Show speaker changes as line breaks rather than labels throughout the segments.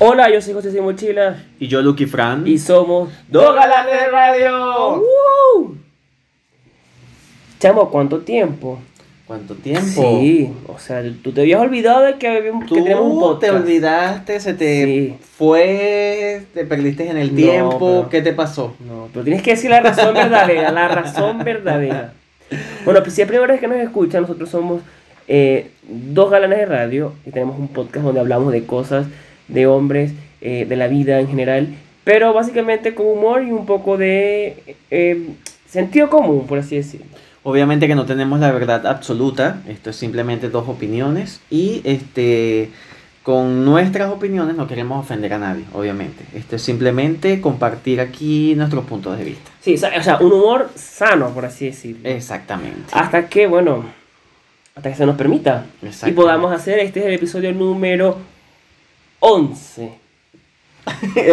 Hola, yo soy José C. Mochila
Y yo, Lucky Fran.
y somos.
¡Dos Galanes de Radio!
¡Woo! Chamo, ¿cuánto tiempo?
¿Cuánto tiempo?
Sí, o sea, tú te habías olvidado de que, habíamos- que
Tú
tenemos un
te
podcast.
olvidaste, se te
Sí.
fue, te perdiste en el
No,
tiempo.
pero-
¿Qué te pasó?
No, pero tienes que decir la razón verdadera, la razón verdadera. Bueno, pues si es primera vez que nos escuchan, nosotros somos eh, dos galanes de radio y tenemos un podcast donde hablamos de cosas, de hombres, eh, de la vida en general, pero básicamente con humor y un poco de eh, sentido común, por así decirlo.
Obviamente que no tenemos la verdad absoluta, esto es simplemente dos opiniones y este con nuestras opiniones no queremos ofender a nadie, obviamente. Esto es simplemente compartir aquí nuestros puntos de vista.
Sí, o sea, o sea, un humor sano, por así decirlo.
Eh, Exactamente.
Hasta que, bueno, hasta que se nos permita Ah, y
Exactamente.
podamos hacer, este es el episodio número 11.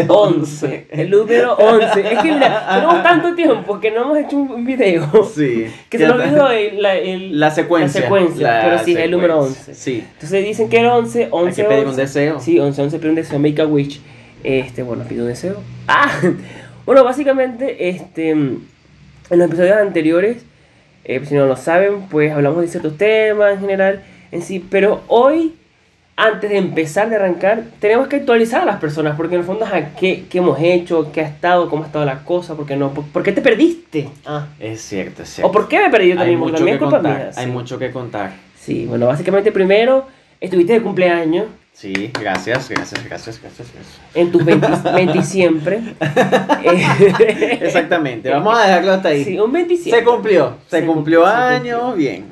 11. El número 11. Es que mira, tenemos tanto tiempo que no hemos hecho un video.
Sí.
Que se nos olvidó el- la, el-
la secuencia.
la secuencia, pero sí, es el número
secuencia.
11.
Sí.
Entonces dicen que era 11, 11,
Hay que pedir un
11.
deseo.
Sí, 11, 11, pide un deseo, make a wish. Este, bueno, pido un deseo. Ah, bueno, básicamente, este, en los episodios anteriores, eh, si no lo saben, pues hablamos de ciertos temas en general, en sí, pero hoy, antes de empezar, de arrancar, tenemos que actualizar a las personas, porque en el fondo, ajá, ¿qué, qué hemos hecho? ¿Qué ha estado? ¿Cómo ha estado la cosa? ¿Por qué no? ¿Por, por qué te perdiste? Ah.
Es cierto, es cierto.
¿O por qué me perdí yo
hay
también? Porque
mucho
también
que
es culpa
contar.
mía.
Hay
sí.
mucho que contar.
Sí, bueno, básicamente primero, estuviste de cumpleaños.
Sí, gracias, gracias, gracias, gracias. gracias.
en tus 20, 20 siempre. Eh,
Exactamente, vamos a dejarlo hasta ahí.
Sí, un 27.
se cumplió, se,
Se
cumplió,
cumplió, se
año, bien.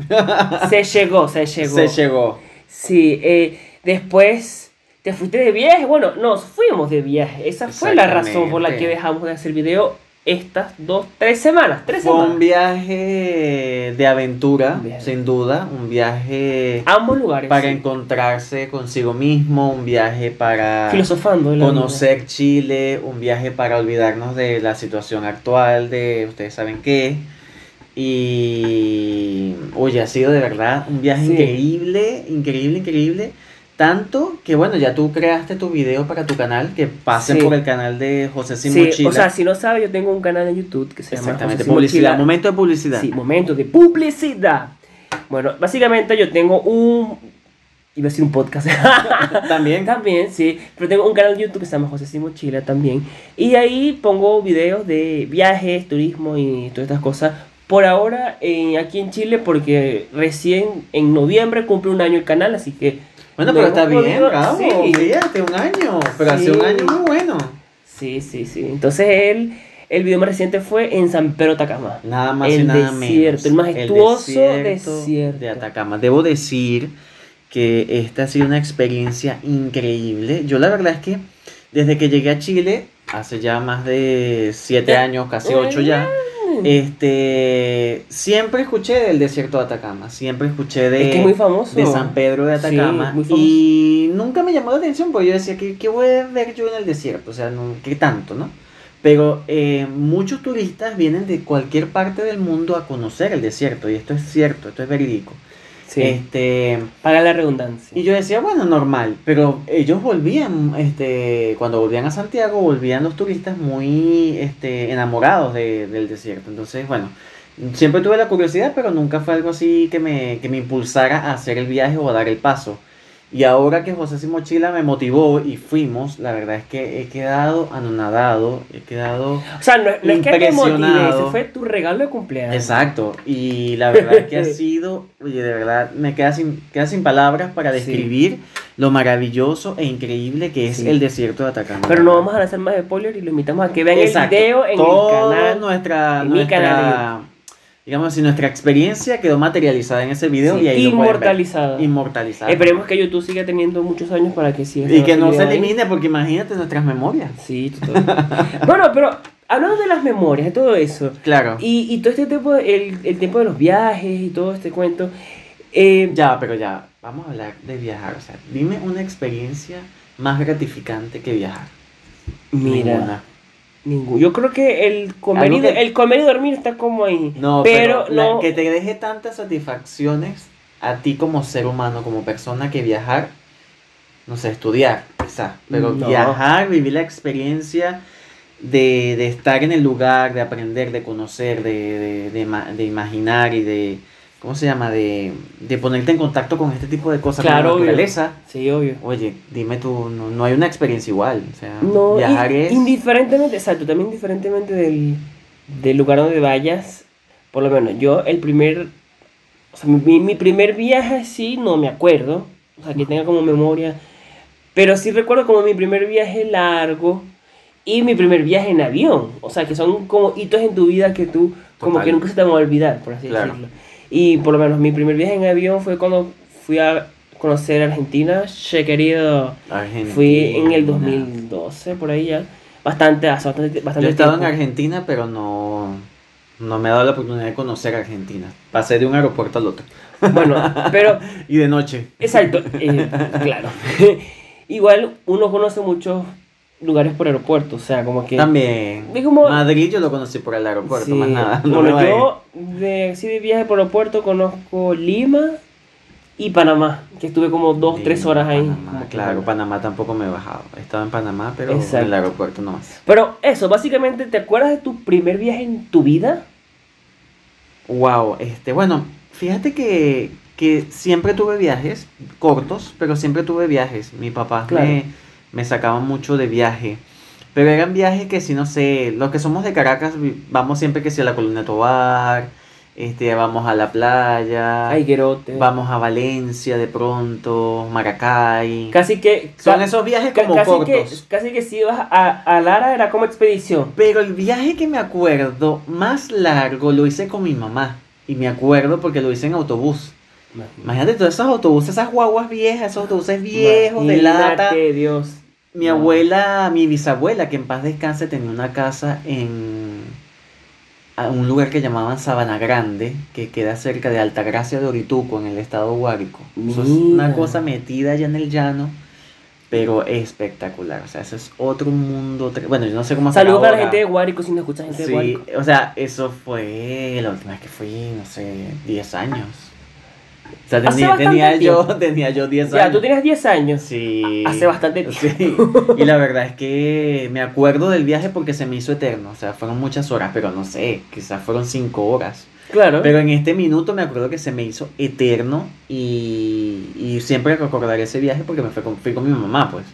Se llegó, se llegó.
Se llegó.
Sí, eh, después te fuiste de viaje. Bueno, nos fuimos de viaje. Esa fue la razón por la que
Exactamente.
dejamos de hacer video estas dos, tres semanas. Tres
Fue un
semanas.
viaje de aventura,
Un viaje.
sin duda, un viaje
Ambos lugares.
para
sí.
encontrarse consigo mismo, un viaje para
Filosofando. de la vida.
conocer Chile, un viaje para olvidarnos de la situación actual, de ustedes saben qué. Y, oye, ha sido de verdad un viaje
Sí.
increíble, increíble, increíble. Tanto que, bueno, ya tú creaste tu video para tu canal, que pasen
Sí.
por el canal de José Sin
Sí,
Mochila.
o sea, si no sabes, yo tengo un canal en YouTube que se llama
Exactamente,
José Sin
publicidad,
Mochila.
momento de publicidad.
Sí, momento de publicidad. Bueno, básicamente yo tengo un... Iba a decir un podcast.
También,
También, sí. Pero tengo un canal de YouTube que se llama José Sin Mochila también. Y ahí pongo videos de viajes, turismo y todas estas cosas. Por ahora, eh, aquí en Chile, porque recién en noviembre cumple un año el canal, así que
bueno,
no
pero está
hemos
bien,
podido-
bravo,
sí.
fíjate, un año, pero hace
Sí.
un año muy bueno.
sí, sí, sí. Entonces, el, el video más reciente fue en San Pedro Tacama.
Nada más
El
y nada menos.
desierto, el majestuoso desierto.
de Atacama. Debo decir que esta ha sido una experiencia increíble. Yo la verdad es que desde que llegué a Chile, hace ya más de siete
Ya.
años, casi ocho ya,
Eh,
este, siempre escuché del desierto de Atacama, siempre escuché de,
es que es muy famoso.
de San Pedro de
Sí,
Atacama
muy famoso.
y nunca me llamó la atención porque yo decía, ¿qué, qué voy a ver yo en el desierto? O sea, no, ¿qué tanto, no? Pero eh, muchos turistas vienen de cualquier parte del mundo a conocer el desierto y esto es cierto, esto es verídico.
Sí,
Este,
paga la redundancia.
y yo decía, bueno, normal, pero ellos volvían, este, cuando volvían a Santiago, volvían los turistas muy este, enamorados de- del desierto. Entonces, bueno, siempre tuve la curiosidad, pero nunca fue algo así que me, que me impulsara a hacer el viaje o a dar el paso. Y ahora que José Sin Mochila me motivó y fuimos, la verdad es que he quedado anonadado, he quedado...
o sea, no, no es que te motive,
Impresionado.
ese fue tu regalo de cumpleaños.
Exacto, y la verdad es que ha sido, oye, de verdad, me queda sin, queda sin palabras para
Sí.
describir lo maravilloso e increíble que es
Sí.
el desierto de Atacama.
Pero no vamos a hacer más de spoiler y lo invitamos a que vean
Exacto.
el video en
Toda
el canal.
nuestra,
en mi
nuestra-
canal.
digamos así, nuestra experiencia quedó materializada en ese video
Sí,
y ahí lo pueden ver.
inmortalizada.
Inmortalizada.
Esperemos que YouTube siga teniendo muchos años para que siga.
y que
estando
no
ese
se
video ahí.
elimine, porque imagínate nuestras memorias.
Sí, total. bueno, pero hablando de las memorias, de todo eso,
Claro.
y, y todo este tiempo, el, el tiempo de los viajes y todo este cuento, eh,
Ya, pero ya, vamos a hablar de viajar. O sea, dime una experiencia más gratificante que viajar.
mira,
Ninguna.
ningún- yo creo que el comer, y,
Algo que-
el comer y dormir está como ahí.
No, pero, la-
no,
que te deje tantas satisfacciones a ti como ser humano, como persona, que viajar, no sé, estudiar, descansar, pero
No.
viajar, vivir la experiencia de, de estar en el lugar, de aprender, de conocer, de, de, de ma- de imaginar y de, ¿cómo se llama? De, de ponerte en contacto con este tipo de cosas,
Claro,
con
obvio.
la naturaleza.
Sí, obvio.
Oye, dime tú, no, no hay una experiencia igual, o sea,
No,
viajar
in-
es...
indiferentemente, exacto, también indiferentemente del, del lugar donde vayas, por lo menos yo el primer, o sea, mi, mi primer viaje así no me acuerdo, o sea, que tenga como memoria, pero sí recuerdo como mi primer viaje largo y mi primer viaje en avión, o sea, que son como hitos en tu vida que tú como
Total.
que nunca se te van a olvidar, por así
Claro.
decirlo. Y por lo menos mi primer viaje en avión fue cuando fui a conocer Argentina, che querido...
Argentina.
Fui en el 2012, por ahí ya. Bastante, hace bastante,
Yo
bastante
he estado en
tiempo.
Argentina, pero no, no me ha dado la oportunidad de conocer Argentina. Pasé de un aeropuerto al otro.
Bueno, pero,
Y de noche.
exacto, eh, claro. Igual uno conoce muchos lugares por aeropuerto, o sea, como que...
También.
Es como-
Madrid yo lo conocí por el aeropuerto,
Sí,
más nada. No
Bueno,
me va a ir.
yo de, sí, de viaje por aeropuerto conozco Lima y Panamá, que estuve como dos,
Sí,
tres horas ahí.
Panamá,
como que
claro,
Panamá.
Panamá tampoco me he bajado. He estado en Panamá, pero en
Exacto.
el aeropuerto nomás.
Pero eso, básicamente, ¿te acuerdas de tu primer viaje en tu vida?
Wow, este, bueno, fíjate que, que siempre tuve viajes cortos, pero siempre tuve viajes. Mi papá
Claro.
me, me sacaba mucho de viaje. Pero eran viajes que si no sé, los que somos de Caracas vi- vamos siempre que si a la Colonia Tobar, este, vamos a la playa,
Ay, Querote.
Ah, vamos a Valencia de pronto, Maracay.
Casi que...
Son
ca-
esos viajes
Ca-
como
casi,
cortos.
Que, casi que si ibas a, a Lara era como expedición.
Pero el viaje que me acuerdo más largo lo hice con mi mamá. Y me acuerdo porque lo hice en autobús. Imagínate todos esos autobuses, esas guaguas viejas, esos autobuses viejos de lata.
Imagínate, Dios.
Mi
No.
abuela, mi bisabuela, que en paz descanse, tenía una casa en a un lugar que llamaban Sabana Grande, que queda cerca de Altagracia de Orituco, en el estado Guárico. Eso es
Mira.
una cosa metida allá en el llano, pero espectacular. O sea, eso es otro mundo. tre- Bueno, yo no sé cómo será
Saludos a la
ahora.
gente de Guárico si no escuchas gente de
Sí,
Guárico.
o sea, eso fue la última vez que fui, no sé, 10 años. O sea,
Hace
tenía,
bastante
tenía yo,
tiempo.
tenía yo 10
Ya,
años.
tú tienes 10 años.
Sí.
Hace bastante tiempo.
Sí. Y la verdad es que me acuerdo del viaje porque se me hizo eterno. O sea, fueron muchas horas, pero no sé, quizás fueron 5 horas.
Claro.
Pero en este minuto me acuerdo que se me hizo eterno y, y siempre recordaré ese viaje porque me fue con, fui con mi mamá, pues.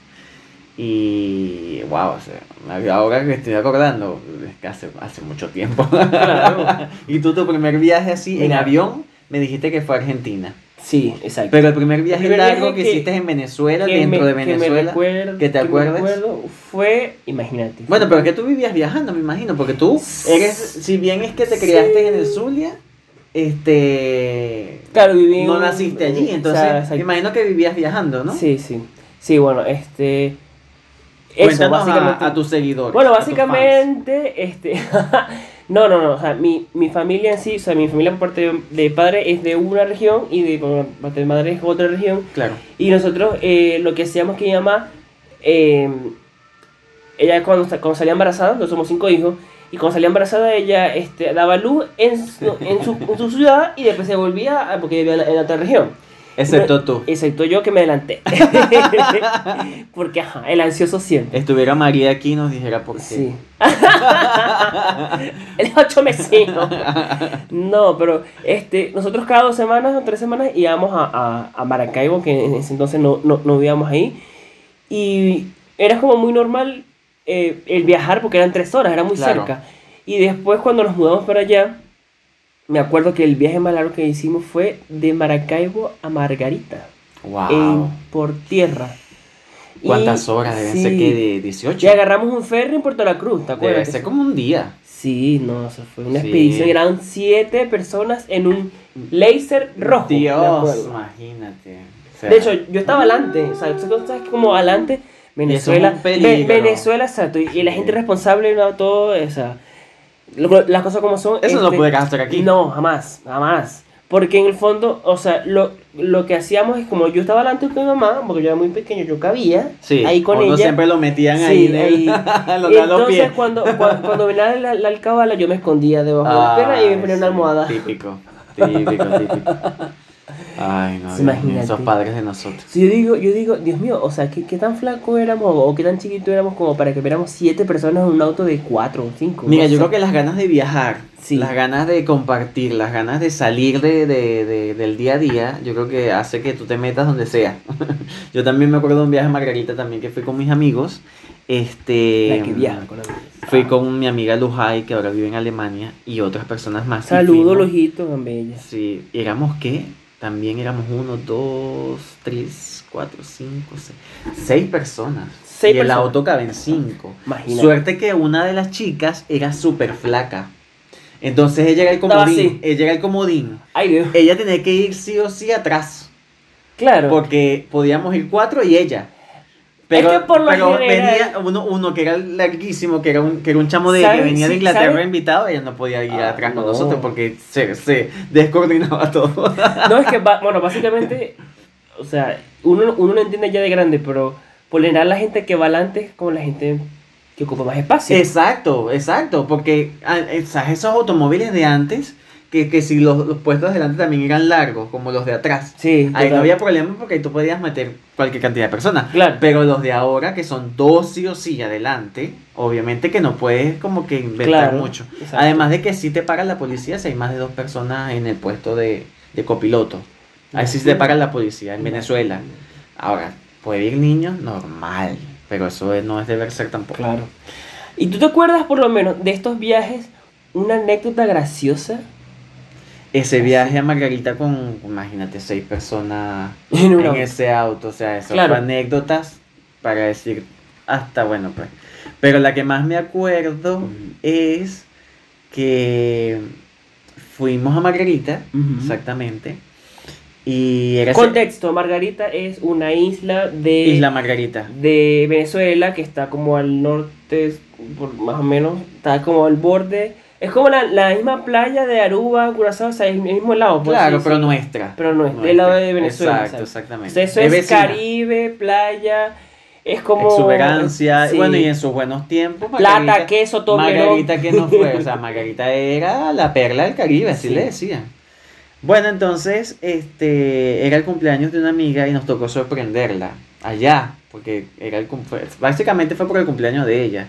Y wow, o sea, ahora que estoy acordando, es que hace, hace mucho tiempo.
Claro.
y tú tu primer viaje así en
Mira.
avión me dijiste que fue a Argentina.
sí, exacto.
Pero el primer viaje
primer viaje
largo que,
que-
hiciste en Venezuela,
Que
dentro
me-
de
Que, me
Venezuela.
recuerdo-
que te
me
acuerdes.
recuerdo fue, imagínate.
Bueno, pero es que tú vivías viajando, me imagino, porque tú eres, si bien es que te criaste en el Zulia, este...
Claro, viví en-
no naciste allí, entonces
O sea, exacto.
me imagino que vivías viajando, ¿no?
Sí, sí. Sí, bueno, este... Eso,
Cuéntanos
básicamente.
a, a tus seguidores.
Bueno,
a tus fans.
básicamente, este. no, no, no. O sea, mi, mi familia en sí, o sea, mi familia por parte de padre es de una región y de por parte de madre es otra región.
Claro.
Y nosotros eh, lo que hacíamos que mi mamá, eh, ella cuando, sa- cuando salía embarazada, nosotros somos cinco hijos, y cuando salía embarazada ella este, daba luz en su, en, su, en su ciudad y después se volvía a- porque vivía en la- en la otra región.
Excepto tú.
Excepto yo que me adelanté. porque, ajá, el ansioso siempre.
Estuviera María aquí y nos dijera por qué.
Sí. El ocho mesino. No, pero este, nosotros cada dos semanas o tres semanas íbamos a, a, a Maracaibo, que en ese entonces no, no, no vivíamos ahí. Y era como muy normal eh, el viajar porque eran tres horas, era muy
Claro.
cerca. Y después cuando nos mudamos para allá, me acuerdo que el viaje más largo que hicimos fue de Maracaibo a Margarita,
Wow.
en- por tierra. Y-
¿Cuántas horas? Deben ser
sí.
que de 18.
Y agarramos un ferry en Puerto La Cruz, ¿te acuerdas?
Debe ser como un día.
Sí, no, eso fue una
Sí.
expedición. Eran siete personas en un laser rojo. me
Dios,
acuerdo.
imagínate. O sea,
De hecho, yo estaba adelante. O sea, tú sabes que como adelante, Venezuela.
eso es un peligro.
Ve- Venezuela, exacto. Y, y la gente
Sí.
responsable, no, todo, o sea, lo- las cosas como son.
eso no
este,
puede hacer aquí.
No, jamás, jamás. Porque en el fondo, o sea, lo, lo que hacíamos es como yo estaba adelante con mi mamá, porque yo era muy pequeño, yo cabía
Sí,
ahí con
uno
ella.
siempre lo metían
Sí,
ahí en el-
ahí. Y
lo dan los
entonces
pies.
cuando, cua- cuando, venía la, la alcabala yo me escondía debajo de la
Ah,
perra y me ponía una
sí,
almohada.
Típico, típico, típico. Ay, no,
Sí,
Dios mío,
imagínate.
esos padres de nosotros.
Si yo digo, yo digo, Dios mío, o sea, ¿qué, qué tan flaco éramos o qué tan chiquito éramos como para que viéramos siete personas en un auto de cuatro o cinco?
Mira,
no
yo
sé.
creo que las ganas de viajar,
Sí.
las ganas de compartir, las ganas de salir de, de- de- del día a día, yo creo que hace que tú te metas donde sea. yo también me acuerdo de un viaje a Margarita también que fui con mis amigos. Este,
La que viaja con amigos.
Fui con mi amiga Lujay, que ahora vive en Alemania, y otras personas más. y
Saludos,
fuimos-
Ah, Lujito, tan bella.
Sí, ¿y éramos qué? También éramos uno, dos, tres, cuatro, cinco, seis. Seis personas.
Seis
y el
personas.
auto caben cinco.
Imagínate.
Suerte que una de las chicas era súper flaca. Entonces ella era el
Estaba
comodín.
así.
Ella era el comodín.
Ay, Dios.
Ella tenía que ir sí o sí atrás.
Claro.
Porque podíamos ir cuatro y ella. Pero,
que por lo
pero
general-
venía uno, uno que era larguísimo, que era un, que era un chamo de que
¿Saben?
venía de
Sí,
Inglaterra
¿saben?
invitado, ella no podía ir
Ah,
atrás con
no.
nosotros porque se, se descoordinaba todo.
No, es que, ba- bueno, básicamente, o sea, uno, uno lo entiende ya de grande, pero por lo general la gente que va adelante es como la gente que ocupa más espacio.
Exacto, exacto, porque ah, esas- esos automóviles de antes, que, que si los, los puestos delante también eran largos, como los de atrás.
Sí,
Ahí
total.
no había problema porque ahí tú podías meter cualquier cantidad de personas.
Claro.
Pero los de ahora, que son dos sí o sí adelante, obviamente que no puedes como que inventar
Claro,
mucho.
exacto.
Además de que sí te paga la policía si hay más de dos personas en el puesto de, de copiloto. Ahí sí te paga la policía en Venezuela. Ahora, puede ir niños, normal. Pero eso es- no es deber ser tampoco.
Claro. ¿Y tú te acuerdas por lo menos de estos viajes una anécdota graciosa?
Ese viaje a Margarita con, imagínate, seis personas
En
en
una-
ese auto. O sea, eso
Claro.
fue anécdotas para decir hasta bueno, pues. Pero la que más me acuerdo
Ujú.
es que fuimos a Margarita,
Ujú.
exactamente. Y era ese-
Contexto, Margarita es una isla de,
Isla Margarita.
de Venezuela que está como al norte, por- más o menos, está como al borde. Es como la, la misma playa de Aruba, Curazao, o sea, es el mismo lado. pues,
Claro,
sí,
pero
sí.
nuestra.
Pero no es
Nuestra.
del lado de Venezuela.
Exacto,
o sea.
exactamente.
O sea, eso
De
es
vecina.
Caribe, playa, es como...
Exuberancia.
sí.
Y bueno, y en sus buenos tiempos.
Plata,
Margarita-
queso, todo
Margarita que no fue, o sea, Margarita era la perla del Caribe, así
Sí.
le decían. Bueno, entonces, este, era el cumpleaños de una amiga y nos tocó sorprenderla allá, porque era el cum- fue- básicamente fue por el cumpleaños de ella.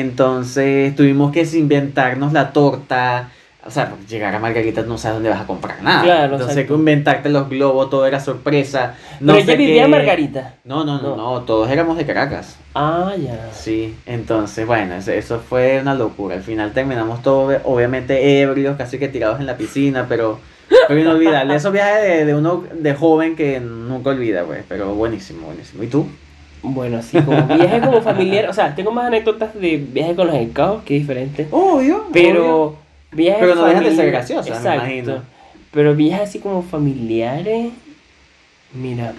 Entonces, tuvimos que inventarnos la torta, o sea, porque llegar a Margarita no sabes dónde vas a comprar nada.
Claro,
entonces,
exacto.
inventarte los globos, todo era sorpresa. No
Pero ella
sé
vivía en
qué-
Margarita.
No, no,
No.
no, no, todos éramos de Caracas.
Ah, ya.
Sí, entonces, bueno, eso, eso fue una locura. Al final terminamos todos, obviamente, ebrios, casi que tirados en la piscina, pero fue inolvidable. Esos viajes de, de uno de joven que nunca olvida, pues, pero buenísimo, buenísimo. ¿Y tú?
Bueno, así como viaje como familiar, o sea, tengo más anécdotas de viaje con los escados, que es diferente.
Obvio,
Pero viajes
Pero no dejan de ser
familia-
graciosas, me
exacto.
imagino.
Pero viajes así como familiares, mira,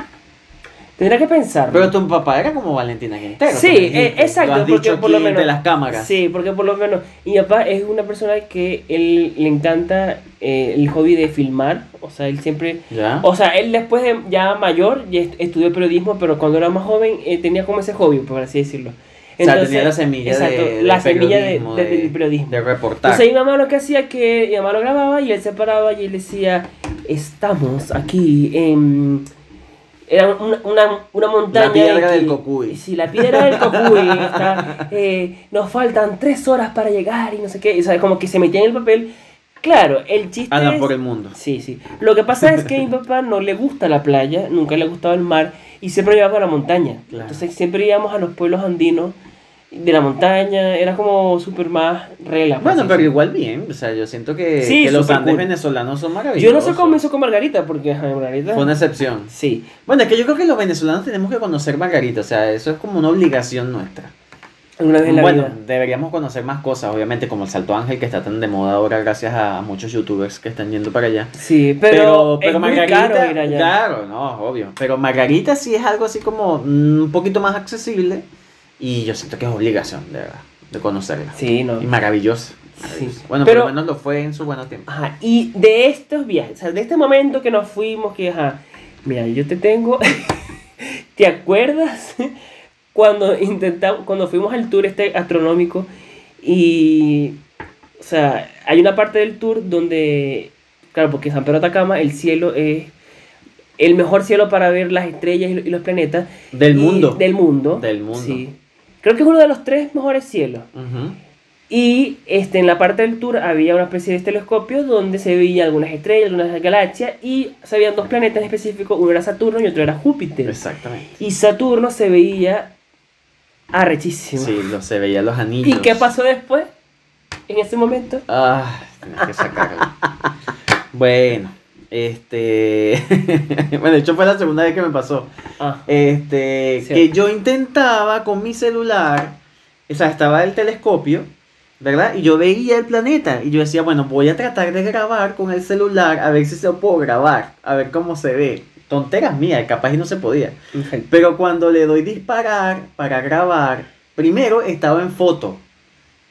tendrá que pensar.
Pero tu papá era como Valentina Quintero.
Sí,
tú me dijiste.
eh, exacto,
Lo has
porque
dicho
por lo
aquí
menos-
de las cámaras.
Sí, porque por lo menos mi papá es una persona que él le encanta eh, el hobby de filmar, o sea, él siempre
¿Ya?
O sea, él después de ya mayor ya est- estudió periodismo, pero cuando era más joven eh, tenía como ese hobby, por así decirlo.
O sea, tenía la semilla de-
exacto,
del
la semilla de-
periodismo,
de-
de-
del periodismo.
De reportar.
Entonces mi mamá lo que hacía que mi mamá lo grababa y él se paraba y él decía, estamos aquí en... Era una, una, una montaña.
La piedra
de-
del Cocuy.
Sí, la piedra del Cocuy. está, eh, nos faltan tres horas para llegar y no sé qué. Y, o sea, como que se metía en el papel. Claro, el chiste
Anda
es-
por el mundo.
Sí, sí. Lo que pasa es que a mi papá no le gusta la playa, nunca le ha gustado el mar y siempre llevaba a la montaña.
Claro.
Entonces siempre íbamos a los pueblos andinos de la montaña, era como súper más relax.
Bueno,
así.
pero igual bien, o sea, yo siento que,
Sí,
que los
súper
Andes
cool.
venezolanos son maravillosos.
Yo no sé cómo hizo con Margarita, porque ajá, Margarita.
Fue una excepción.
Sí,
Bueno, es que yo creo que los venezolanos tenemos que conocer Margarita, o sea, eso es como una obligación nuestra.
alguna vez en la
Bueno,
vida.
deberíamos conocer más cosas, obviamente, como el Salto Ángel, que está tan de moda ahora gracias a muchos youtubers que están yendo para allá.
Sí, pero,
Pero, pero,
es muy
Margarita,
caro ir allá.
claro, no, obvio. Pero Margarita sí es algo así como mm, un poquito más accesible y yo siento que es obligación, de verdad, de conocerla.
Sí, no.
Y maravillosa.
Sí.
Bueno,
Pero-
por lo menos lo fue en su buen tiempo.
Ajá, y de estos viajes, o sea, de este momento que nos fuimos, que ajá, mira, yo te tengo, ¿te acuerdas cuando intentamos, cuando fuimos al tour este astronómico y, o sea, hay una parte del tour donde, claro, porque San Pedro de Atacama, el cielo es el mejor cielo para ver las estrellas y lo- y los planetas.
Del
Y-
mundo.
Del mundo.
Del mundo.
Sí. Creo que es uno de los tres mejores cielos.
Ujú.
Y este, en la parte del tour había una especie de telescopio donde se veían algunas estrellas, algunas galaxias y se veían dos planetas en específico, uno era Saturno y otro era Júpiter.
Exactamente.
Y Saturno se veía arrechísimo.
Sí, lo, se veía los
¿Y
anillos.
qué pasó después? En ese momento.
Ah, tenés que sacarlo. bueno, este. bueno, de hecho fue la segunda vez que me pasó.
Ah,
Este,
Sí.
que yo intentaba con mi celular, o sea, estaba el telescopio, ¿verdad? Y yo veía el planeta y yo decía, bueno, voy a tratar de grabar con el celular a ver si se lo puedo grabar, a ver cómo se ve. Tonteras mías, capaz y no se podía.
perfecto.
Pero cuando le doy disparar para grabar, primero estaba en foto.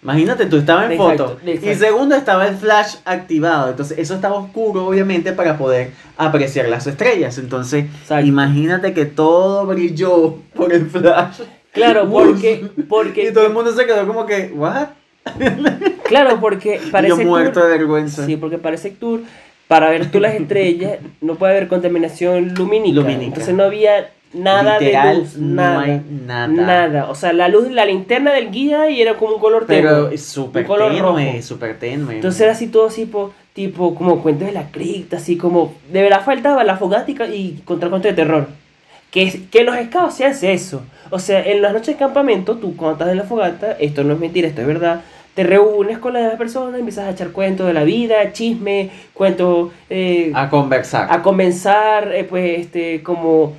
Imagínate, tú estaba en
Exacto,
foto. Y
exacto.
segundo estaba el flash activado. Entonces eso estaba oscuro, obviamente, para poder apreciar las estrellas. Entonces,
Exacto.
imagínate que todo brilló por el flash.
Claro, porque, porque,
Y todo el mundo se quedó como que, ¿what?
claro, porque
Y
parece
yo muerto de vergüenza.
Sí, porque para ese tour, para ver tú las estrellas, no puede haber contaminación lumínica.
Lumínica.
Entonces no había nada
Literal,
de luz,
no
nada,
hay
nada.
nada.
O sea, la luz, la linterna del guía y era como un color
Pero
tenue.
es súper
Un color rojo.
tenue, súper tenue.
Entonces era así todo tipo, tipo como cuentos de la cripta, así como de verdad faltaba la fogática y contra el cuento de terror. Que, es- que en los escados se hace eso. O sea, en las noches de campamento, tú cuando estás en la fogata, esto no es mentira, esto es verdad, te reúnes con las demás personas, empiezas a echar cuentos de la vida, chisme, cuentos... eh,
A conversar.
a comenzar, eh, pues, este, como,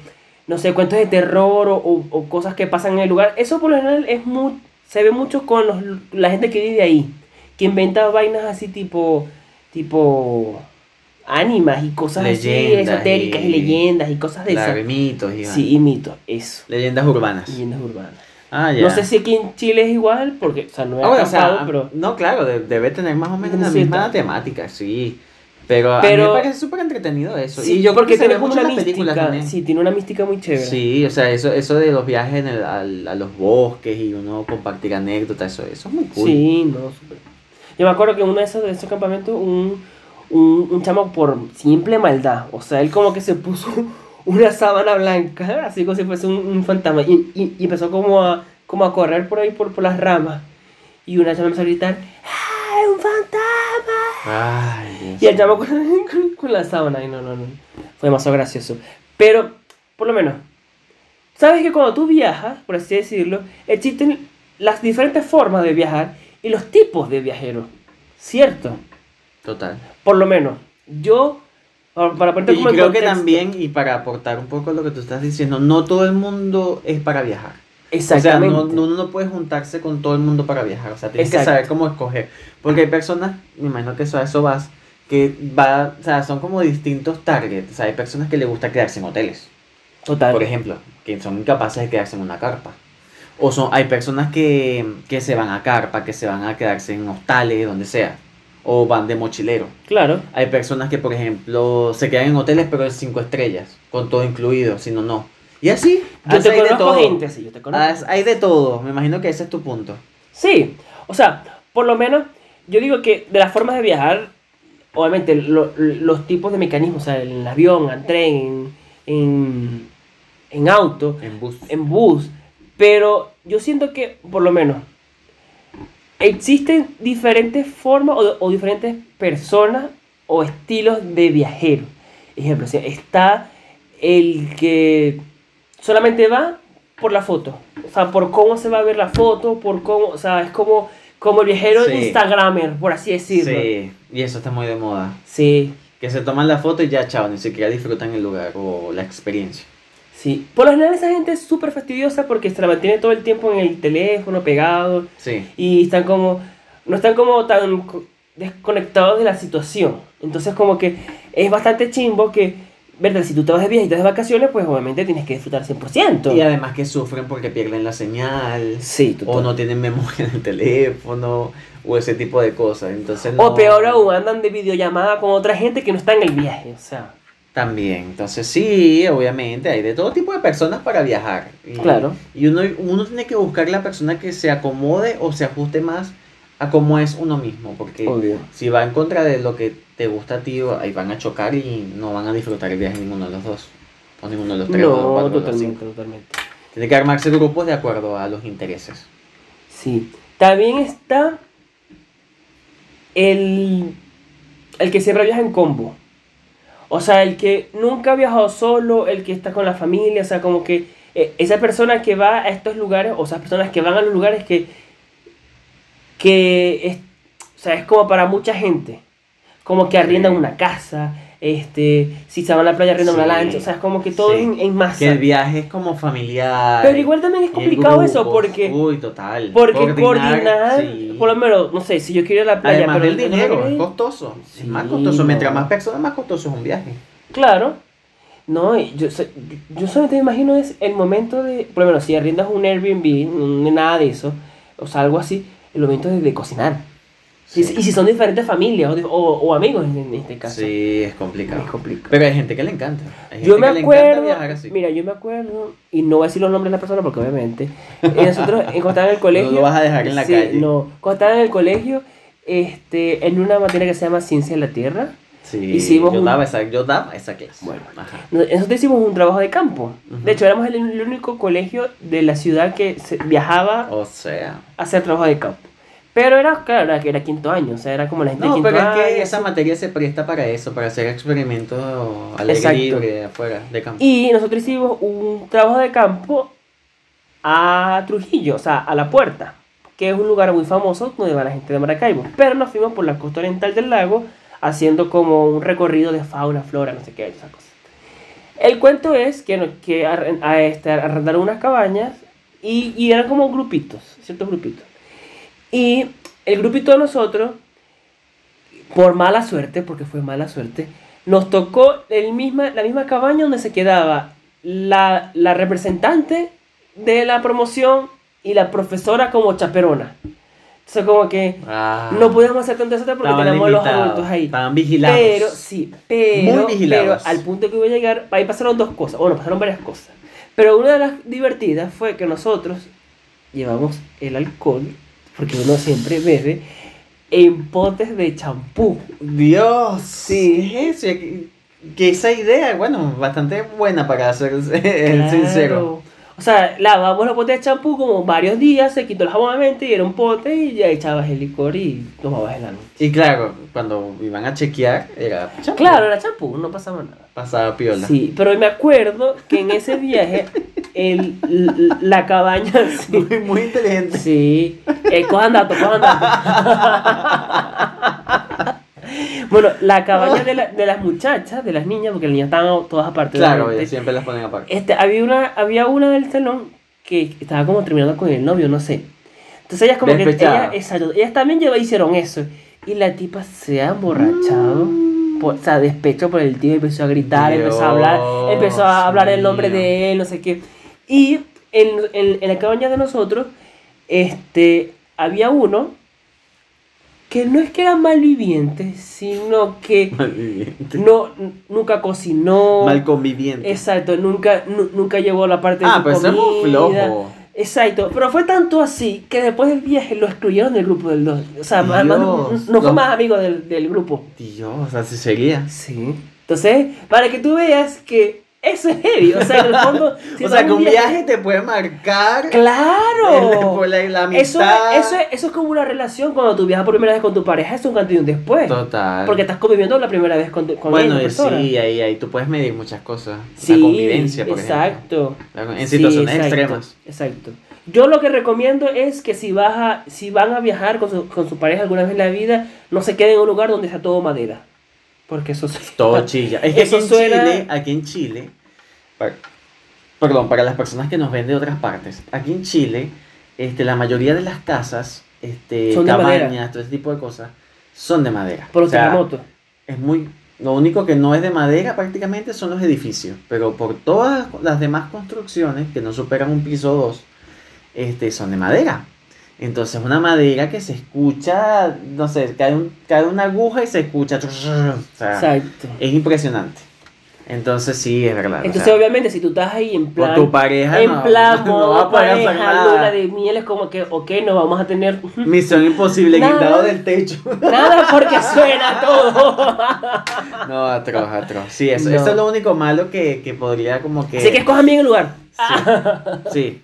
no sé, cuentos de terror o, o- o cosas que pasan en el lugar. Eso por lo general es mu- se ve mucho con los- la gente que vive ahí, que inventa vainas así tipo, tipo, ánimas y cosas así,
Leyendas
esotéricas y,
y-
leyendas y cosas de
Claro,
esas.
y mitos y
Sí, y mitos, eso,
Leyendas urbanas.
leyendas urbanas.
Ah, ya.
No sé si aquí en Chile es igual, porque, o sea, no he
Ah, bueno, o
acampado,
sea,
pero...
no, claro, de- debe tener más o menos la
Sí,
misma
está.
temática, sí. Pero, a mí
Pero-
me parece súper entretenido eso.
Sí,
y yo creo
porque
que se ve
tiene
mucho
una
en las películas
mística,
también.
sí, tiene una mística muy chévere.
Sí, o sea, eso, eso de los viajes en el- al- a los bosques y uno compartir anécdotas, eso, eso es muy cool.
Sí, no, súper. Yo me acuerdo que en uno de esos, de esos campamentos, un, un, un chamo por simple maldad, o sea, él como que se puso una sábana blanca, así como si fuese un, un fantasma, y, y- y empezó como a, como a correr por ahí, por, por las ramas. Y una chama empezó a gritar, ¡Ah, es un fantasma!
Ay, Dios
Y el
mío.
chamo con, con- con la sábana, y no, no, no, fue demasiado gracioso. Pero, por lo menos, sabes que cuando tú viajas, por así decirlo, existen las diferentes formas de viajar y los tipos de viajeros, ¿cierto?
Total.
Por lo menos, yo, para para ponerte
Y
como en
creo que
contexto-
también, y para aportar un poco lo que tú estás diciendo, no todo el mundo es para viajar. O sea,
Exactamente.
no, no- uno no puede juntarse con todo el mundo para viajar. O sea, tienes
Exacto.
que saber cómo escoger. Porque hay personas, me imagino que eso a eso vas, que va, o sea, son como distintos targets. O sea, hay personas que les gusta quedarse en hoteles,
Total.
por ejemplo, que son incapaces de quedarse en una carpa. O son, hay personas que, que se van a carpa, que se van a quedarse en hostales, donde sea. O van de mochilero.
Claro.
Hay personas que, por ejemplo, se quedan en hoteles, pero de cinco estrellas, con todo incluido, si no, no. Y así,
Yo
así
te
hay de
conozco
todo.
gente así, yo te conozco.
Ah, es- hay de todo, me imagino que ese es tu punto.
Sí, o sea, por lo menos yo digo que de las formas de viajar, obviamente lo- los tipos de mecanismos, o sea, en avión, en tren, en, en, en auto,
En bus.
en bus, pero yo siento que por lo menos existen diferentes formas o, o diferentes personas o estilos de viajero. Ejemplo, o sea, está el que solamente va por la foto. O sea, por cómo se va a ver la foto, por cómo, o sea, es como, como el viajero
Sí.
Instagramer, por así decirlo. Sí.
Sí, y eso está muy de moda. Que se toman la foto y ya, chao, ni siquiera disfrutan el lugar o la experiencia.
Sí, por lo general esa gente es súper fastidiosa porque se la mantiene todo el tiempo en el teléfono pegado,
Sí,
y están como no están como tan co- desconectados de la situación entonces como que es bastante chimbo que verdad si tú te vas de viaje y te vas de vacaciones pues obviamente tienes que disfrutar 100%
y además que sufren porque pierden la señal,
sí tú-
o no tienen memoria en el teléfono, o ese tipo de cosas. Entonces, no-
o peor aún andan de videollamada con otra gente que no está en el viaje o sea
También, entonces sí, obviamente, hay de todo tipo de personas para viajar. Y,
Claro.
Y uno, uno tiene que buscar la persona que se acomode o se ajuste más a cómo es uno mismo, porque
obvio
si va en contra de lo que te gusta a ti, o- ahí van a chocar y no van a disfrutar el viaje ninguno de los dos. O ninguno de los tres. o de los
No,
cuatro, o de los
totalmente,
cinco.
totalmente.
Tiene que armarse grupos de acuerdo a los intereses.
Sí. También está el, el que siempre viaja en combo. O sea, el que nunca ha viajado solo, el que está con la familia, o sea, como que eh, esa persona que va a estos lugares, o esas personas que van a los lugares que, que es, o sea, es como para mucha gente. Como que arriendan
Sí.
una casa, este, si se van a la playa arriendan una
Sí.
lancha, o sea, es como que todo
Sí.
es en, en masa.
Que el viaje es como familiar.
Pero igual también es
en
complicado eso,
grupos.
porque...
Uy, total.
Porque coordinar,
sí.
por lo menos, no sé, si yo quiero ir a la playa,
Además
pero
del
no
dinero,
quiero
es
ir,
costoso.
Sí,
es más costoso.
no.
Mientras más personas, más costoso es un viaje.
Claro. No, y yo, so- yo solamente me imagino es el momento de, por lo menos, si arriendas un Airbnb, mm, nada de eso, o sea, algo así, el momento de, de cocinar. Y, si- y si son diferentes familias o, de- o- o amigos en, en este caso.
Sí, es
Es
complicado.
complicado.
Pero hay gente que le encanta. Hay gente
Yo me
que le encanta
acuerdo,
viajar así.
mira, yo me acuerdo, y no voy a decir los nombres de la persona porque obviamente, eh, nosotros eh, cuando estaba en el colegio...
No lo vas a dejar en la
sí,
calle.
no, cuando estaba en el colegio, este, en una materia que se llama Ciencia de la Tierra,
Sí,
Hicimos
yo,
un-
daba esa, yo daba esa clase.
Bueno.
Ajá.
no- nosotros hicimos un trabajo de campo.
Ujú.
De hecho, éramos el, el único colegio de la ciudad que se- viajaba
O sea.
a hacer trabajo de campo. Pero era, claro, era, que era quinto año, o sea, era como la gente de
No,
quinto
pero es
año.
que esa materia se presta para eso, para hacer experimentos al aire
Exacto.
libre, afuera, de campo.
Y nosotros hicimos un trabajo de campo a Trujillo, o sea, a La Puerta, que es un lugar muy famoso donde va la gente de Maracaibo. Pero nos fuimos por la costa oriental del lago haciendo como un recorrido de fauna, flora, no sé qué, esas cosas. El cuento es que, no- que arren- a este, arrendaron unas cabañas y, y eran como grupitos, ciertos grupitos. Y el grupito de nosotros, por mala suerte, porque fue mala suerte, nos tocó el misma, la misma cabaña donde se quedaba la, la representante de la promoción y la profesora como chaperona. Entonces como que
Ah,
no podíamos hacer tanta suerte porque
estaban
teníamos los
limitados,
adultos ahí.
Estaban vigilados.
Pero, sí, pero,
Muy vigilados.
pero al punto que iba a llegar, ahí pasaron dos cosas, bueno, pasaron varias cosas. Pero una de las divertidas fue que nosotros llevamos el alcohol, porque uno siempre bebe, en potes de champú.
Dios,
Sí.
¿qué es eso? Que- Que esa idea, bueno, bastante buena para ser
Claro.
sincero.
O sea, lavamos los potes de champú como varios días, se quitó el jabón obviamente y era un pote y ya echabas el licor y tomabas el alcohol.
Y claro, cuando iban a chequear, era chapo,
Claro, era champú, no pasaba nada.
pasaba piola.
Sí, pero me acuerdo que en ese viaje el, l- la cabaña... sí.
Muy, muy inteligente.
Sí, eh, cojan datos, cojan datos. bueno, la cabaña de, la- de las muchachas, de las niñas, porque las niñas estaban todas aparte.
Claro,
obviamente.
ellos siempre las ponen aparte.
este, había, una, había una del salón que estaba como terminando con el novio, no sé. Entonces ellas como
Despechada.
que... Ellas, exacto, ellas también lleva- hicieron eso. Y la tipa se ha emborrachado. por- Pues, o sea, despecho por el tío, empezó a gritar, empezó a hablar,
Dios
empezó a hablar el nombre
mío.
de él, no sé qué. Y en, en- en la cabaña de nosotros, este, había uno que no es que era malviviente, sino que
Mal viviente.
no, n- nunca cocinó.
Mal conviviente.
Exacto, nunca, nu- nunca llegó a la parte de
ah,
su
pues es muy
comida.
flojo.
Exacto, pero fue tanto así que después del viaje lo excluyeron del grupo del dos. O sea, más- más-
Dios,
no fue
no.
más amigo del, del grupo.
Dios, así seguía.
Sí. Entonces, para que tú veas que eso es heavy. O sea, en el fondo. si
o
vas
sea,
a
que un viaje te puede marcar el-
¡Claro!
por la, la
Eso,
amistad.
es- eso, es, eso es como una relación cuando tú viajas por primera vez con tu pareja, es un canto y un después.
Total.
Porque estás conviviendo la primera vez con, tu- con
bueno,
esa
y
persona.
sí, ahí, ahí tú puedes medir muchas cosas.
Sí,
la convivencia, por ejemplo.
exacto.
La con- En
Sí,
situaciones
exacto,
extremas.
Exacto. Yo lo que recomiendo es que si, vas a- si van a viajar con su, con su pareja alguna vez en la vida, no se queden en un lugar donde sea todo madera. Porque eso se-
Todo chilla. Es que
Eso
aquí en
suena-
Chile, aquí en Chile, pa- perdón, para las personas que nos ven de otras partes, aquí en Chile, este, la mayoría de las casas, este,
Son de
cabañas,
madera.
todo ese tipo de cosas, son de madera.
por los
O sea,
terremotos.
es muy, lo único que no es de madera prácticamente son los edificios, pero por todas las demás construcciones que no superan un piso o dos, este, son de madera. Entonces una madera que se escucha, no sé, cae, un, cae una aguja y se escucha. O sea,
Exacto.
es impresionante. Entonces sí, es verdad. o
Entonces,
sea,
obviamente, si tú estás ahí en plan.
con tu pareja
en
no,
plan,
no
modo
va a poder hacer
pareja,
nada.
luna de miel, es como que, ok, nos vamos a tener
Misión imposible,
Nada.
guindado del techo.
nada porque suena todo.
No, atroz, atroz. Sí, eso,
No.
eso es lo único malo que, que podría como que...
Así que escojan bien el lugar.
Sí, sí.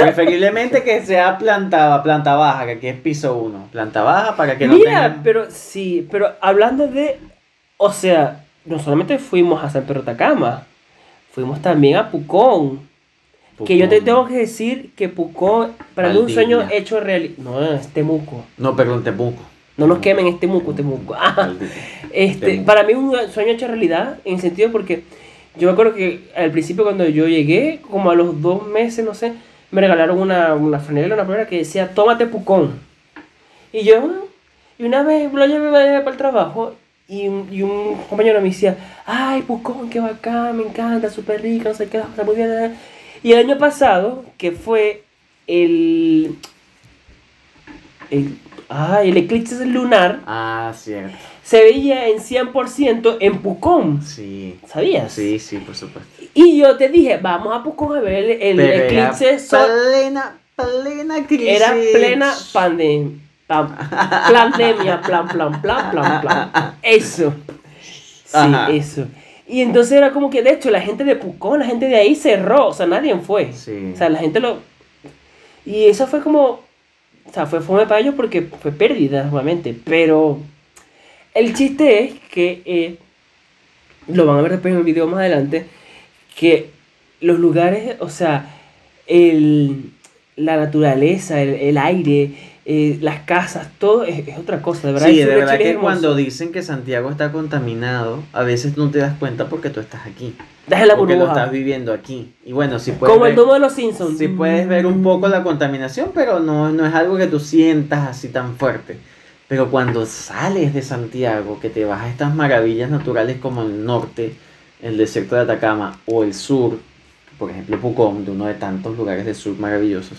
Preferiblemente que sea planta, planta baja, que aquí es piso 1. Planta baja para que no
Mira,
tengan-
pero sí, pero hablando de. O sea, no solamente fuimos a San Pedro Tacama, fuimos también a Pucón. Que yo te tengo que decir que Pucón, para mí, un
Valdivia.
sueño hecho real. No, es Temuco.
No, perdón, Temuco.
No nos quemen, este es Temuco, Temuco. Ah, este,
Temuco.
para mí, un sueño hecho realidad, en sentido porque yo me acuerdo que al principio, cuando yo llegué, como a los dos meses, no sé, me regalaron una, una franela, una primera que decía: Tómate Pucón. Y yo, "Ah". y una vez lo llevé para el trabajo y, un- y un compañero me decía, ay, Pucón, qué bacán, me encanta, súper rico, no sé qué, está muy bien. eh". Y el año pasado, que fue el... el ay, el eclipse lunar,
Ah, cierto.
se veía en 100% en Pucón.
Sí.
¿Sabías?
Sí, sí, por supuesto.
Y yo te dije, vamos a Pucón a ver el, el
Pero era
eclipse solar.
Plena, plena crisis.
Era plena pandemia. Pandemia, plan, plan, plan, plan, plan. Eso. Sí,
Ajá.
eso. Y entonces era como que, de hecho, la gente de Pucón, la gente de ahí cerró. O sea, nadie fue.
Sí.
O sea, la gente lo... Y eso fue como... O sea, fue fome para ellos porque fue pérdida, nuevamente. Pero el chiste es que... eh, lo van a ver después en el video más adelante. Que los lugares, o sea, el, la naturaleza, el, el aire, eh, las casas, todo es, es otra cosa. De verdad,
Sí,
el sur
de verdad
Chile es
que
hermoso.
cuando dicen que Santiago está contaminado, a veces no te das cuenta porque tú estás aquí.
Deja la
porque lo
burbuja.
estás viviendo aquí. Y bueno, si puedes,
Como el
ver,
domo de los Simpsons.
sí puedes ver un poco la contaminación, pero no, no es algo que tú sientas así tan fuerte. Pero cuando sales de Santiago, que te vas a estas maravillas naturales como el norte, el desierto de Atacama o el sur, por ejemplo Pucón, de uno de tantos lugares del sur maravillosos,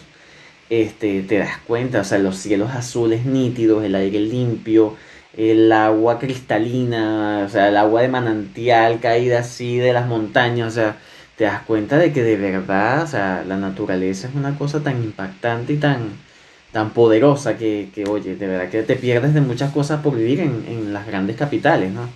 este, te das cuenta, o sea, los cielos azules nítidos, el aire limpio, el agua cristalina, o sea, el agua de manantial caída así de las montañas, o sea, te das cuenta de que de verdad, o sea, la naturaleza es una cosa tan impactante y tan, tan poderosa que, que, oye, de verdad que te pierdes de muchas cosas por vivir en, en las grandes capitales, ¿no?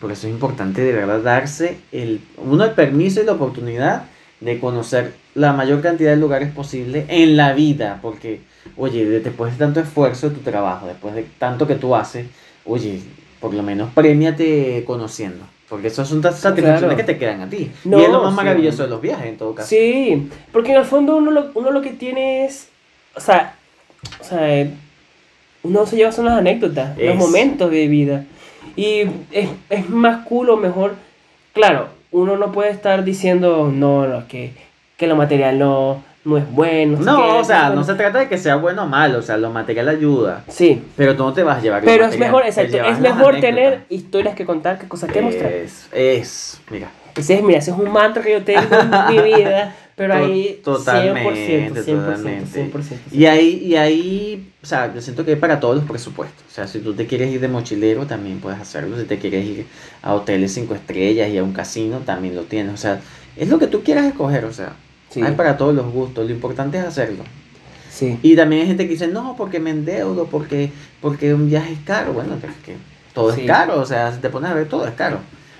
Por eso es importante de verdad darse el, uno el permiso y la oportunidad de conocer la mayor cantidad de lugares posible en la vida, porque, oye, de- después de tanto esfuerzo de tu trabajo, después de tanto que tú haces, oye, por lo menos premiate conociendo, porque esas son tas- satisfacciones
Claro.
que te quedan a ti.
No,
y es lo más
sí.
maravilloso de los viajes, en todo caso.
Sí, porque en el fondo uno lo, uno lo que tiene es. O sea, o sea, eh, uno se lleva son las anécdotas, los
Es.
momentos de vida. Y es, es más cool o mejor. Claro, uno no puede estar diciendo, no, no, que, que lo material no, no es bueno. sé qué,
No, o sea,
es
no
bueno.
se trata de que sea bueno o malo, o sea, lo material ayuda,
Sí,
pero tú no te vas a llevar lo
pero es
material,
mejor,
te
exacto,
llevas
es
las
mejor
anécdotas. Eh.
tener historias que contar que cosas que mostrar.
Es, es, mira.
Ese es, mira, ese es un mantra que yo tengo en mi vida, pero
To-
ahí 100%, 100%,
totalmente,
100%,
totalmente.
100%.
Y ahí, y ahí, o sea, yo siento que es para todos los presupuestos. O sea, si tú te quieres ir de mochilero, también puedes hacerlo. Si te quieres ir a hoteles cinco estrellas y a un casino, también lo tienes. O sea, es lo que tú quieras escoger, o sea,
Sí,
hay para todos los gustos. Lo importante es hacerlo.
sí.
Y también hay gente que dice, no, porque me endeudo, porque, porque un viaje es caro. Bueno, pero es que todo
Sí.
es caro, o sea, si te pones a ver, todo es caro.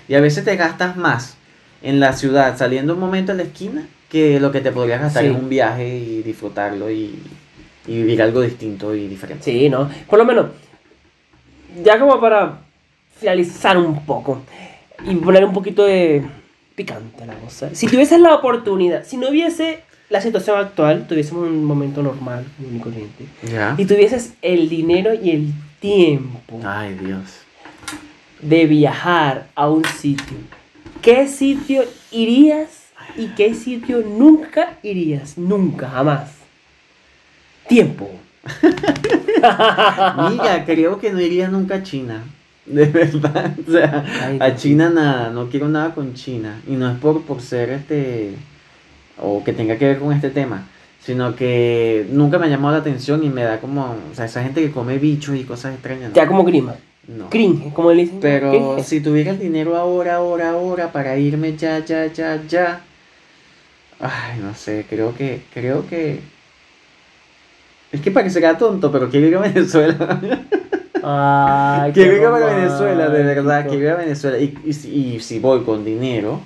Y a veces te gastas más en la ciudad, saliendo un momento en la esquina, que lo que te podrías gastar
Sí.
en un viaje y disfrutarlo y, y vivir algo distinto y diferente.
Sí, ¿no? Por lo menos, ya como para finalizar un poco y poner un poquito de picante a la cosa. Si tuvieses la oportunidad, si no hubiese la situación actual, tuviésemos un momento normal, común y corriente,
¿Ya?
y tuvieses el dinero y el tiempo
Ay, Dios.
de viajar a un sitio, ¿qué sitio irías y qué sitio nunca irías? Nunca, jamás. Tiempo.
Mira, creo que no iría nunca a China. De verdad. O sea,
Ay,
a
Dios.
China nada, no quiero nada con China. Y no es por, por ser este. o que tenga que ver con este tema. Sino que nunca me ha llamado la atención y me da como. O sea, esa gente que come bichos y cosas extrañas. ¿no?
Ya como grima.
No.
Cringe, como le dicen.
Pero
Cringe.
si tuviera el dinero ahora, ahora, ahora, para irme ya, ya, ya, ya. Ay, no sé, creo que, creo que. Es que parecerá tonto, pero quiero ir a Venezuela.
Ay, qué
quiero ir a Venezuela, de verdad,
romántico.
quiero ir a Venezuela. Y, y si- y si voy con dinero,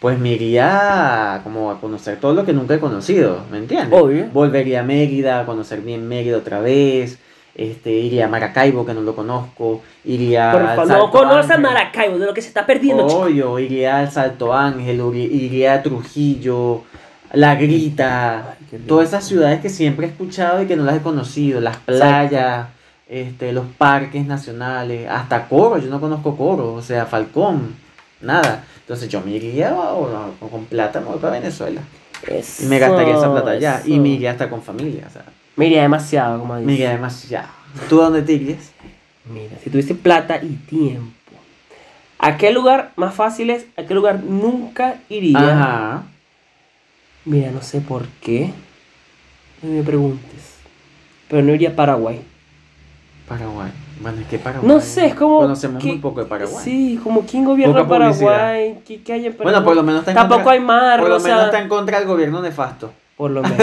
pues me iría como a conocer todo lo que nunca he conocido, ¿me entiendes?
Obvio.
Volvería a Mérida, a conocer bien Mérida otra vez. Este, iría a Maracaibo, que no lo conozco. Iría
Por
al
favor,
Ah, Salto Oh,
no conoce a
Ángel.
Maracaibo, de lo que se está perdiendo, chico.
Obvio, iría al Salto Ángel, uri- iría a Trujillo, La Grita,
Ay, qué lindo.
todas esas ciudades que siempre he escuchado y que no las he conocido, las playas, este, los parques nacionales, hasta Coro, yo no conozco Coro, o sea, Falcón, nada. Entonces yo me iría o- o con plata, me voy para Venezuela. Y me gastaría esa
Eso,
plata allá. Y
eso.
me iría hasta con familia, o sea,
Me iría demasiado, como dice.
me iría demasiado. ¿Tú a dónde te irías?
Mira, si tuviese plata y tiempo, ¿a qué lugar más fácil es? ¿A qué lugar nunca iría?
Ajá.
Mira, no sé por qué. No me preguntes. Pero no iría a Paraguay.
Paraguay. Bueno, es que Paraguay.
No sé, es como.
Conocemos
que-
muy poco de Paraguay.
Sí, como quién gobierna
Poca publicidad.
Paraguay, qué, qué hay en Paraguay.
Bueno, por lo menos está en
Tampoco
contra-
hay mar,
Por lo
o sea,
menos está en contra del gobierno nefasto.
por lo menos.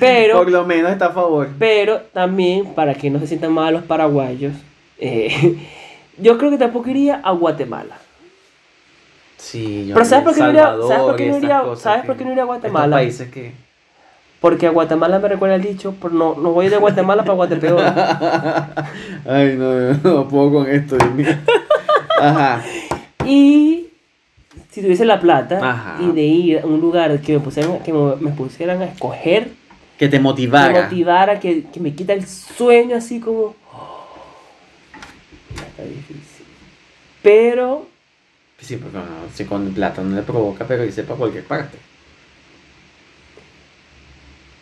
Pero,
por lo menos está a favor.
pero también, para que no se sientan mal los paraguayos, eh, yo creo que tampoco iría a Guatemala.
Sí, yo
Pero ¿sabes por qué no iría-
Salvador
sabes por qué
y
no
esas
iría-
cosas
sabes
que-
por qué no iría a Guatemala?
Estos países que...
Porque a Guatemala me recuerda el dicho, pero no, no voy de Guatemala para Guatepeor.
Ay, no, no, no puedo con esto. Dios mío. Ajá.
Y si tuviese la plata
Ajá.
y de ir a un lugar que me pusieran, que me, me pusieran a escoger,
Que te
que me
motivara.
motivara, que, que me quita el sueño así como... está difícil. Pero
Sí, porque no, si con plata no le provoca, pero dice para cualquier parte.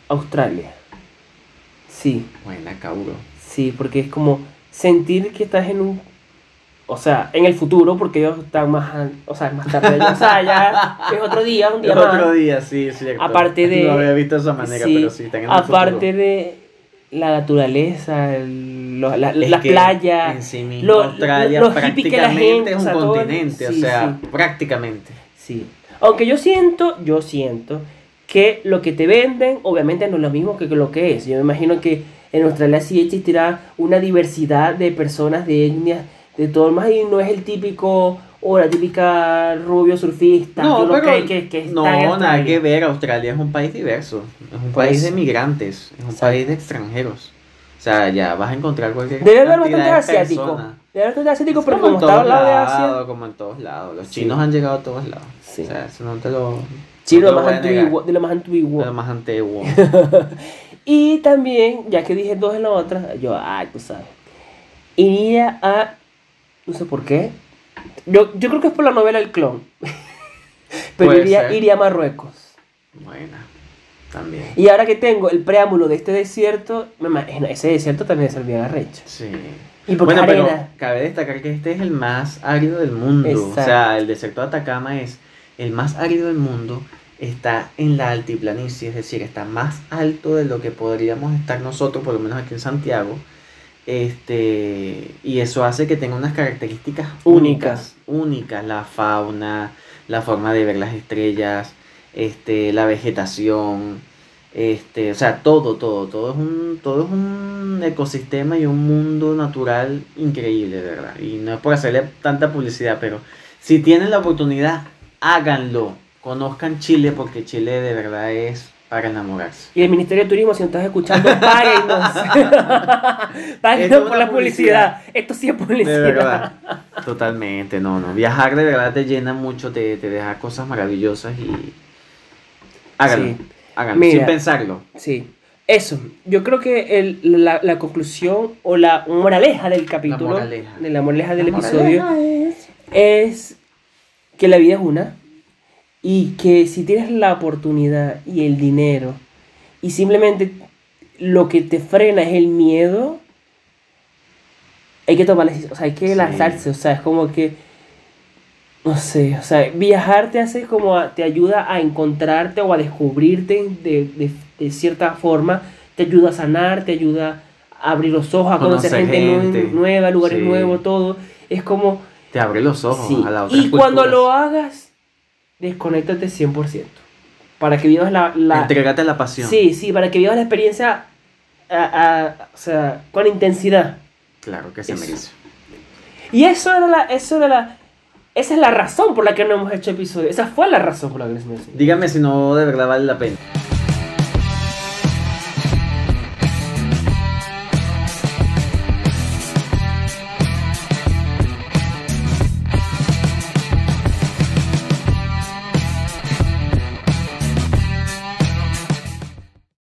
Australia. Sí,
Buena, cabrón.
sí, porque es como sentir que estás en un... O sea, en el futuro, porque ellos están más... al- O sea, más tarde. O sea, ya es otro día, un día
El
más.
otro día, sí, es cierto.
Aparte de-
No había visto de esa manera,
Sí,
pero sí, están en el
aparte
futuro.
de la naturaleza, el- lo- la,
Es
la
que
playa.
En sí mismo,
lo-
Australia
lo- lo hippie que la
prácticamente
gente,
es
o
un
sea, todo el-
continente,
sí,
o sea,
sí.
prácticamente.
Sí. Aunque yo siento, yo siento que lo que te venden, obviamente no es lo mismo que lo que es. Yo me imagino que en Australia sí existirá una diversidad de personas, de etnias, de todo el más, y no es el típico o la típica rubio surfista, que uno cree que, que está
no,
en
nada
Australia.
que ver. Australia es un país diverso. Es un
Por
país
eso.
de migrantes. Es un
Exacto.
país de extranjeros. O sea, ya vas a encontrar cualquier
Debe haber
cantidad
bastante
de
asiático.
personas.
Debe haber bastante asiático, pero
Como en
como está
todos
al lado de
lados,
Asia.
como en todos lados. Los
Sí.
chinos han llegado a todos lados.
Sí.
O sea, eso no te lo...
Sí, lo
no te
más
voy a negar.
antiguo, de lo más antiguo.
Lo más antiguo.
Y también, ya que dije dos en la otra, yo, ay, tú sabes. Iría a. No sé por qué. Yo, yo creo que es por la novela El Clon. Pero
Puede
iría,
ser.
iría a Marruecos.
bueno, también.
Y ahora que tengo el preámbulo de este desierto, me imagino, ese desierto también es el bien arrecho.
Sí.
Y por
bueno, pero
arena.
cabe destacar que este es el más árido del mundo. O sea, el desierto de Atacama es el más árido del mundo. Está en la altiplanicie, es decir, está más alto de lo que podríamos estar nosotros, por lo menos aquí en Santiago. Este, y eso hace que tenga unas características únicas, únicas, la fauna, la forma de ver las estrellas, este, la vegetación, este, o sea, todo, todo, todo es un, todo es un ecosistema y un mundo natural increíble, de verdad. Y no es por hacerle tanta publicidad, pero si tienen la oportunidad, háganlo. Conozcan Chile porque Chile de verdad es para enamorarse.
Y el Ministerio de Turismo, si nos estás escuchando, páguenos.
Esto es
páguenos por
una
la publicidad. Esto sí es publicidad.
De verdad. Totalmente, no, no. Viajar de verdad te llena mucho, te, te deja cosas maravillosas y háganlo.
Sí.
Háganlo,
Mira.
sin pensarlo.
Sí. Eso, yo creo que el- la, la conclusión o la moraleja del capítulo,
moraleja.
de la moraleja del
La
episodio,
moraleja es-
es que la vida es una y que si tienes la oportunidad y el dinero y simplemente lo que te frena es el miedo, hay que tomar, o sea, hay que
Sí.
lanzarse, o sea, es como que, no sé, o sea, viajar te hace como, a- te ayuda a encontrarte o a descubrirte de, de- de cierta forma, te ayuda a sanar, te ayuda abrir los ojos, a conocer,
Conocer
gente, nue-
gente.
nueva, lugares
Sí.
nuevos, todo. Es como...
Te abre los ojos
sí.
a la otra
Y cuando lo hagas, desconéctate 100%. Para que vivas la... la
Entregate a la pasión.
sí, sí, para que vivas la experiencia a- a- o sea, con intensidad.
Claro que se
Eso.
merece.
Y eso era la... Eso era la esa es la razón por la que no hemos hecho episodio. Esa fue la razón por la que no hemos hecho episodio.
Dígame si no de verdad vale la pena.